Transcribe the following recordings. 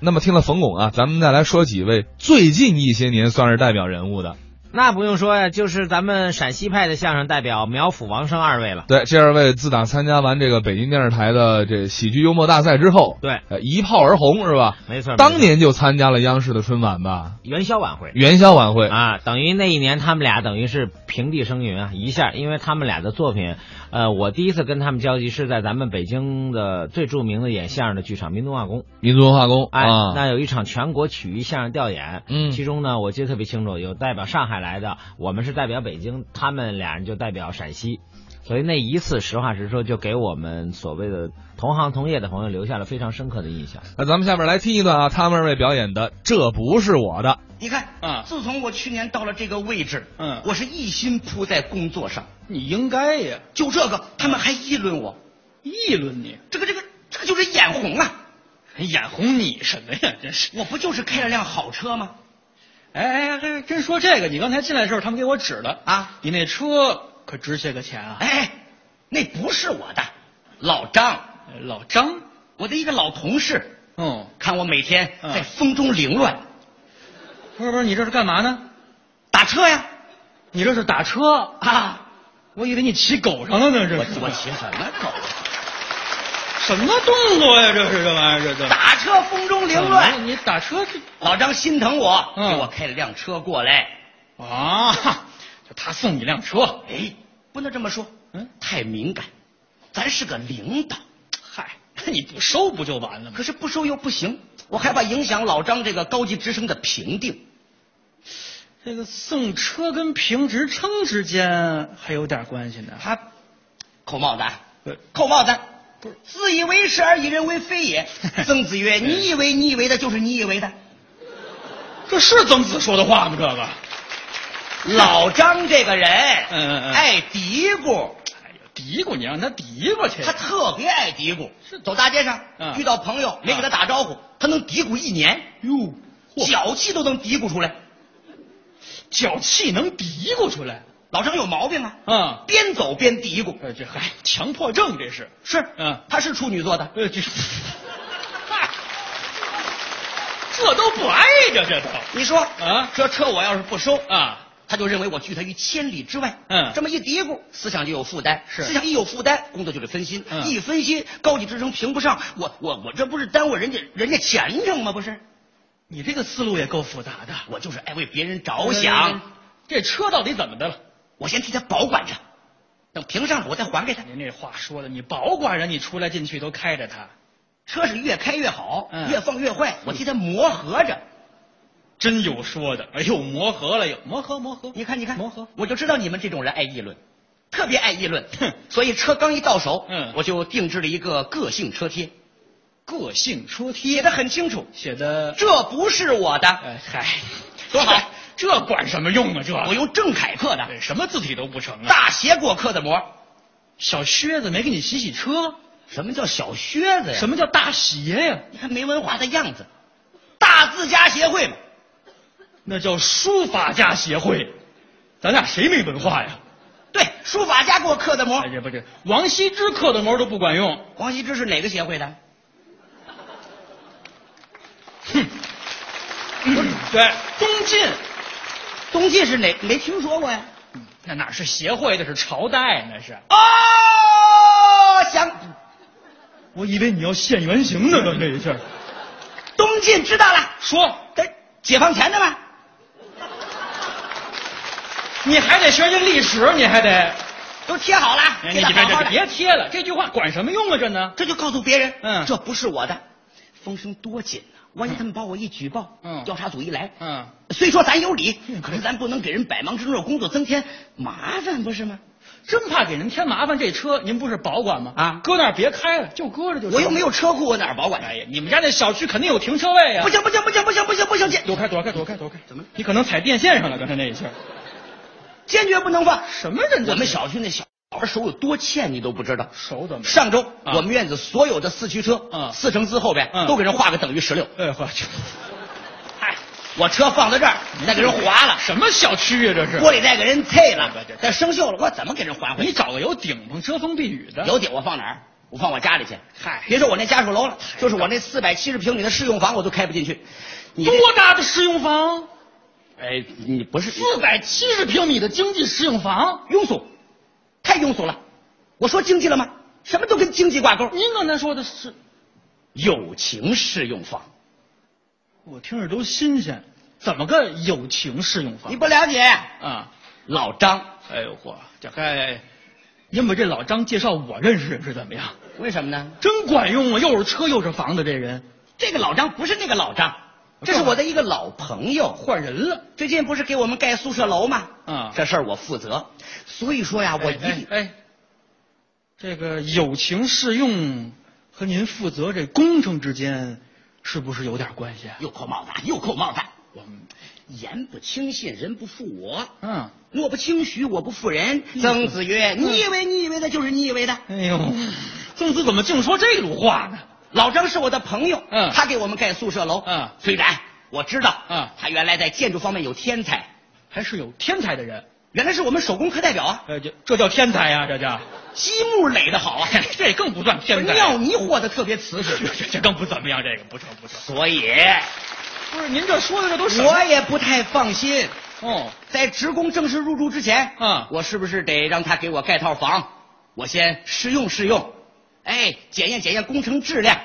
那么听了冯巩啊，咱们再来说几位最近一些年算是代表人物的。那不用说呀，就是咱们陕西派的相声代表苗阜、王声二位了。对，这二位自打参加完这个北京电视台的这喜剧幽默大赛之后，对，呃一炮而红是吧？没错，当没错年就参加了央视的春晚吧，元宵晚会元宵晚会。啊，等于那一年他们俩等于是平地生云啊，一下，因为他们俩的作品，呃，我第一次跟他们交集是在咱们北京的最著名的演相声的剧场民族化宫。民族文化宫哎，啊，那有一场全国曲艺相声调研，嗯其中呢，我记得特别清楚，有代表上海来的，我们是代表北京，他们俩人就代表陕西，所以那一次，实话实说，就给我们所谓的同行同业的朋友留下了非常深刻的印象。那咱们下面来听一段啊，他们二位表演的《这不是我的》。你看，啊自从我去年到了这个位置，嗯我是一心扑在工作上，你应该呀，就这个，他们还议论我，议论你，这个这个这个就是眼红啊！眼红你什么呀？真是，我不就是开了辆好车吗？哎哎，还真说这个，你刚才进来的时候，他们给我指了啊，你那车可值些个钱啊！哎，那不是我的，老张，哎，老张，我的一个老同事，哦，看我每天嗯在风中凌乱，不是不是，你这是干嘛呢？打车呀你这是打车，啊！我以为你骑狗上了呢，这我是我骑什么狗？什么动作呀？这是这玩意儿，这这打车风中凌怎乱，么你打车这老张心疼我，嗯给我开了辆车过来。啊？就他送你辆车，哎，不能这么说，嗯，太敏感，咱是个领导，嗨，那你不收不就完了吗可？是不收又不行，我害怕影响老张这个高级职称的评定。这个送车跟评职称之间还有点关系呢。他扣帽子啊对，扣帽子呃不是。嗯自以为是而以人为非 也。曾子曰：“对你以为你以为的，就是你以为的。这是曾子说的话吗？这个，”老张这个人，嗯嗯嗯爱嘀咕，哎呦，嘀咕你让他嘀咕去。他特别爱嘀咕。是走大街上嗯遇到朋友没给他打招呼，他能嘀咕一年，哟，嚯，脚气都能嘀咕出来。脚气能嘀咕出来老张有毛病啊，啊？边走边嘀咕。呃，这嗨，强迫症这是。是，嗯他是处女座的，呃，这，嗨，这都不挨着，这都你说啊这车我要是不收，啊，他就认为我拒他于千里之外。嗯这么一嘀咕，思想就有负担。是思想一有负担，工作就得分心。嗯一分心，高级职称评不上，我我我这不是耽误人家人家前程吗？不是，你这个思路也够复杂的。我就是爱为别人着嗯想，呃这车到底怎么的了？我先替他保管着，等评上了我再还给他。您这话说的，你保管人，你出来进去都开着它，车是越开越好，嗯越放越坏，我替他磨合着。真有说的。哎呦，磨合了又磨合磨合，你看，你看，磨合。我就知道你们这种人爱议论，特别爱议论哼。所以车刚一到手，嗯我就定制了一个个性车贴，个性车写贴的很清楚，写的，这不是我的，哎嗨，多好！这管什么用啊？这我用郑恺刻的，哎什么字体都不成啊！大鞋给我刻的膜。小靴子没给你洗洗车，什么叫小靴子呀？什？么叫大鞋呀？你看没文化的样子。大字家协会嘛，那叫书法家协会，咱俩谁没文化呀？对，书法家给我刻的膜哎，。这不是王羲之刻的膜都不管用，王羲之是哪个协会的？嗯 对，东晋东晋是哪？没听说过呀。那哪是协会，那是朝代，那是。哦，想我以为你要现原形呢， 刚这一下。东晋知道了，说，这解放前的吗？你还得学学历史，你还得。都贴好了，哎，贴你的别好好别的，别贴了，这句话管什么用啊？这呢？这就告诉别人，嗯这不是我的，风声多紧呐、万一他们把我一举报，嗯调查组一来，嗯，虽说咱有理，可是咱不能给人百忙之中的工作增添麻烦，不是吗？真怕给人添麻烦，这车您不是保管吗？啊搁那儿别开了，就搁着就。我又没。有车库，我哪儿保管去？哎呀，你们家那小区肯定有停车位呀。啊不，行不行不行不行不行不行，坚躲开躲开躲开躲开。怎么了你可能踩电线上了，刚才那一下。坚决不能放。什么人？我们小区那小孩手有多欠，你都不知道。手怎么？上周啊我们院子所有的四驱车嗯，四乘四后边嗯都给人画个等于十六。哎呵，这哎，我车放在这儿，嗯再给人划 了。什么小区啊？这是。锅里再给人碎对对了对，再生锈了，我怎么给人还回去？你找个有顶棚遮风避雨的。有顶我放哪儿？我放我家里去。啊嗨别说我那家属楼了，就是我那四百七十平米的试用房，我都开不进去。你这多大的试用房？哎，你不是四百七十平米的经济适用房，庸俗，太庸俗了。我说经济了吗？什么都跟经济挂钩。您刚才说的是，友情试用房，我听着都新鲜。怎么个友情适用你房？不了解。啊，老张，哎呦嚯，这该，您把这老张介绍我认识认识怎么样？为什么呢？真管用啊，又是车又是房的这人，这个老张不是那个老张，这是我的一个老朋友。换人了。最近不是给我们盖宿舍楼吗？啊这事儿我负责。所以说啊呀，我一哎定哎，哎这个友情适用和您负责这工程之间是不是有点关系啊？又扣帽子，又扣帽子。我们言不轻信，人不负我。嗯，诺不轻许，我不负人。曾子曰：“你以为你以为的，就是你以为的。哎呦，曾子怎么净说这种话呢？”老张是我的朋友，嗯他给我们盖宿舍楼，嗯虽然我知道，嗯他原来在建筑方面有天才，还是有天才的人，原来是我们手工课代表啊，呃，这这叫天才呀、这叫， 积木垒的好啊， 这更不算天才，尿泥和的特别 瓷这实，这这更不怎么样，这个不成不成。所以不是您这说的这都 我也不太放心，哦，在职工正式入住之前，嗯我是不是得让他给我盖套房，我先试用试用，哎，检验检验工程质量。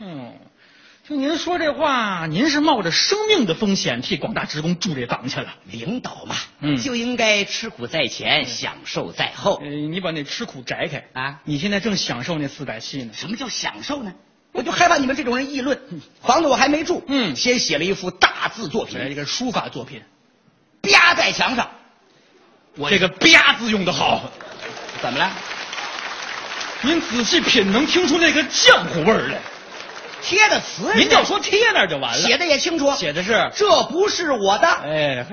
嗯，听您说这话，您是冒着生命的风险替广大职工住这房去了。领导嘛，嗯就应该吃苦在前，享受在后呃，你把那吃苦摘开啊你现在正享受那四百七呢。什么叫享受呢？我就害怕你们这种人议论。房子我还没住，嗯先写了一幅大字作来一品，个书法作品，啪在墙上。我这个“吧”字用的好，怎么了？您仔细品能听出那个浆糊味儿来。贴的词是您就说贴那儿就完了。写的也清楚，哎写的是，这不是我的，哎，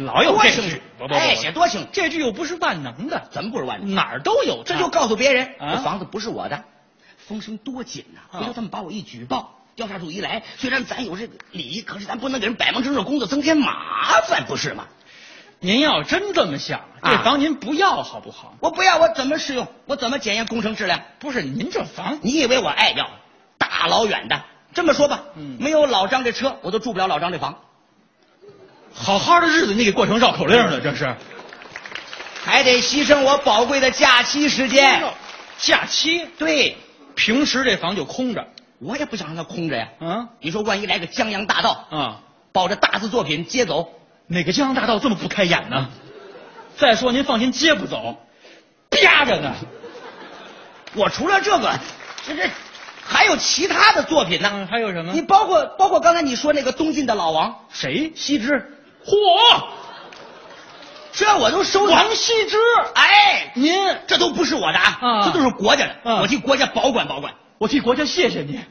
老有多这清楚句，不不，不哎，写多清楚，这句又不是万能的，怎么不是万能？哪儿都有它，这就告诉别人，啊这房子不是我的，风声多紧呐！啊回头他们把我一举报，调查组一来，虽然咱有这个礼仪，可是咱不能给人百忙之中的工作增添麻烦，不是吗？您要真这么想，啊这房您不要好不好？我不要，我怎么试用？我怎么检验工程质量？不是您这房，你以为我爱要？大老远的，这么说吧，嗯没有老张这车，我都住不了老张这房。好好的日子你给过成绕口令了，这是。还得牺牲我宝贵的假期时哎间。假期对，平时这房就空着，我也不想让它空着呀。嗯你说万一来个江洋大盗，啊，抱着大字作品接走，哪个江洋大盗这么不开眼呢？再说您放心，接不走，啪着呢。我除了这个，这这还有其他的作品呢。嗯，还有什么？你包括包括刚才你说那个东晋的老王谁？羲之，嚯，这我都收藏王。羲之，哎，您，这都不是我的啊啊，这都是国家的，啊我替国家保管保管。我替国家谢谢您。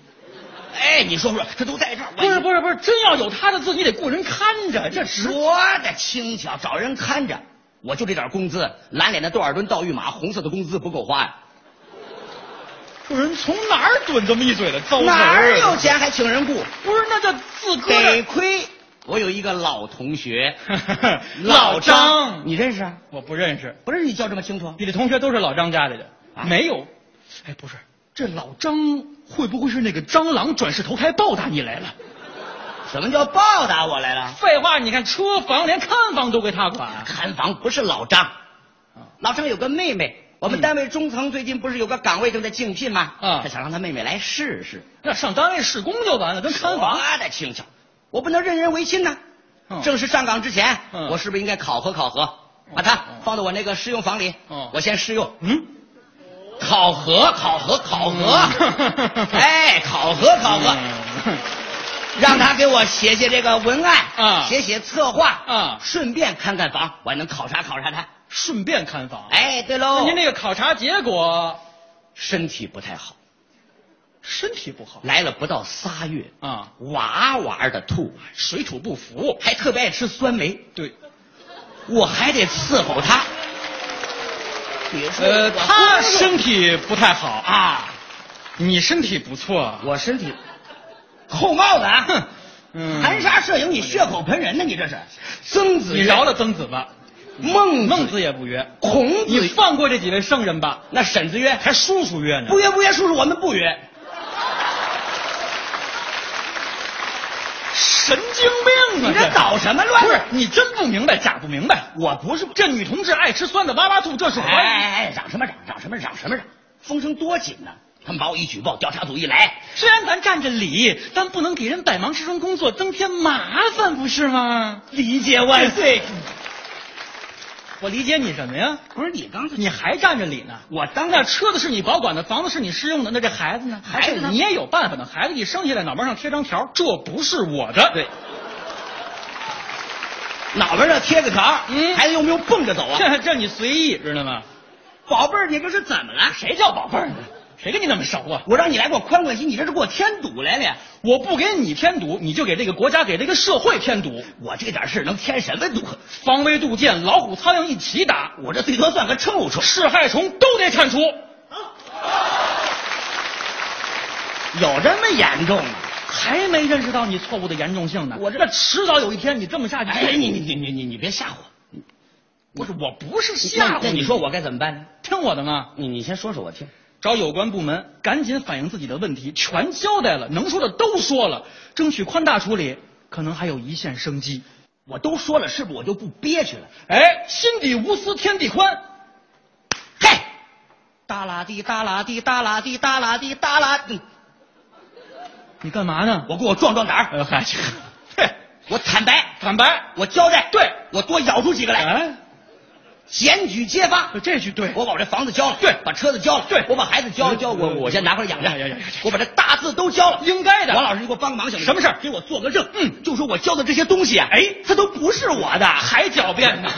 哎，你说说，这都在这儿，我不是不是不是，真要有他的字，你得雇人看着，这值说的轻巧，找人看着。我就这点工资，蓝脸的窦尔敦、盗御马，红色的工资不够花呀、这人从哪儿怼这么一嘴的糟啊哪儿有钱还请人雇？不是，那叫自个得儿。，亏我有一个老同 学 老张你认识啊？我不认识，不是你叫这么清楚？你的同学都是老张家里的，啊没有。哎，不是，这老张会不会是那个蟑螂转世投胎报答你来了？什么叫报答我来了？废话，你看车房连看房都归他管。看房不是老张，老张有个妹妹，我们嗯单位中层最近不是有个岗位正在竞聘吗？啊他想让他妹妹来试试。那上单位施工就完了，跟看房。说的轻巧，我不能任人唯亲呐。嗯正式上岗之前，嗯我是不是应该考核考核，嗯把它嗯放到我那个试用房里嗯，我先试用，嗯，考核考核考核嗯，哎，考核考核，嗯让他给我写写这个文啊案，写写策划啊，顺便看看房，我还能考察考察他。顺便看房。哎，对嗯那喽，您这个考察结果，身体不太好，身体不好来了不到仨月，啊，哇哇的吐，水土不服。还特别爱吃酸梅。对，我还得伺候他。比如说，呃，我他工作身体不太好啊，啊，你身体不错。我身体扣帽子啊，哼哼，嗯含沙射影，你血口喷人呢，你这是。曾子你曰饶了曾子吧。孟孟子也不约，孔你子放过这几位圣人吧，那婶子约，还叔叔约呢。不约不约，叔叔我们不约。神经病啊！你这捣什么乱不是你真不明白，假不明白。我不是这女同志爱吃酸的哇哇吐，这是哎怀疑。哎哎，嚷什么嚷？嚷什么嚷？什么嚷？风声多紧呢！他们把我一举报，调查组一来，虽然咱占着理，但不能给人百忙之中工作增添麻烦，不是吗？理解万岁。我理解你什么呀？不是你刚才你还占着理呢？我当那然车子是你保管的，房子是你试用的，那这孩子呢？孩子呢你也有办法的。孩子一生下来，脑门上贴张条，这不是我的。对，脑门上贴个条，嗯孩子用不用蹦着走啊？ 这这你随意，知道吗？宝贝儿，你这是怎么了？谁叫宝贝儿呢？谁跟你那么熟啊？我让你来给我宽宽心，你这是给我添堵来了。我不给你添堵，你就给这个国家、给这个社会添堵。我这点事儿能添什么堵？防微杜渐，老虎苍蝇一起打，我这最多算个臭虫。是害虫都得铲除。有这么严重吗？还没认识到你错误的严重性呢。我这那迟早有一天你这么下去，哎，你你你你你你别吓唬我，不是我不是吓吓唬唬你你说我该怎么办呢？听我的嘛，你你先说说我听。找有关部门赶紧反映自己的问题，全交代了，能说的都说了，争取宽大处理，可能还有一线生机。我都说了，是不是我就不憋屈了？哎，心底无私天地宽，嘿，哒啦滴哒啦滴哒啦滴哒啦滴哒啦滴，你干嘛呢？我给我壮壮胆儿，哎嗨， 嘿，我坦白，坦白，我交代，对我多咬出几个来，哎，检举揭发。这句对，我把我这房子交了，对把车子交了，对我把孩子交了，嗯交我嗯我先拿回来养着哎呀呀呀，我把这大字都交了，应该的王老师，你给我帮个忙行吗？什么事儿哎给我做个证，嗯，就说我交的这些东西啊，哎，它都不是我的，还狡辩呢。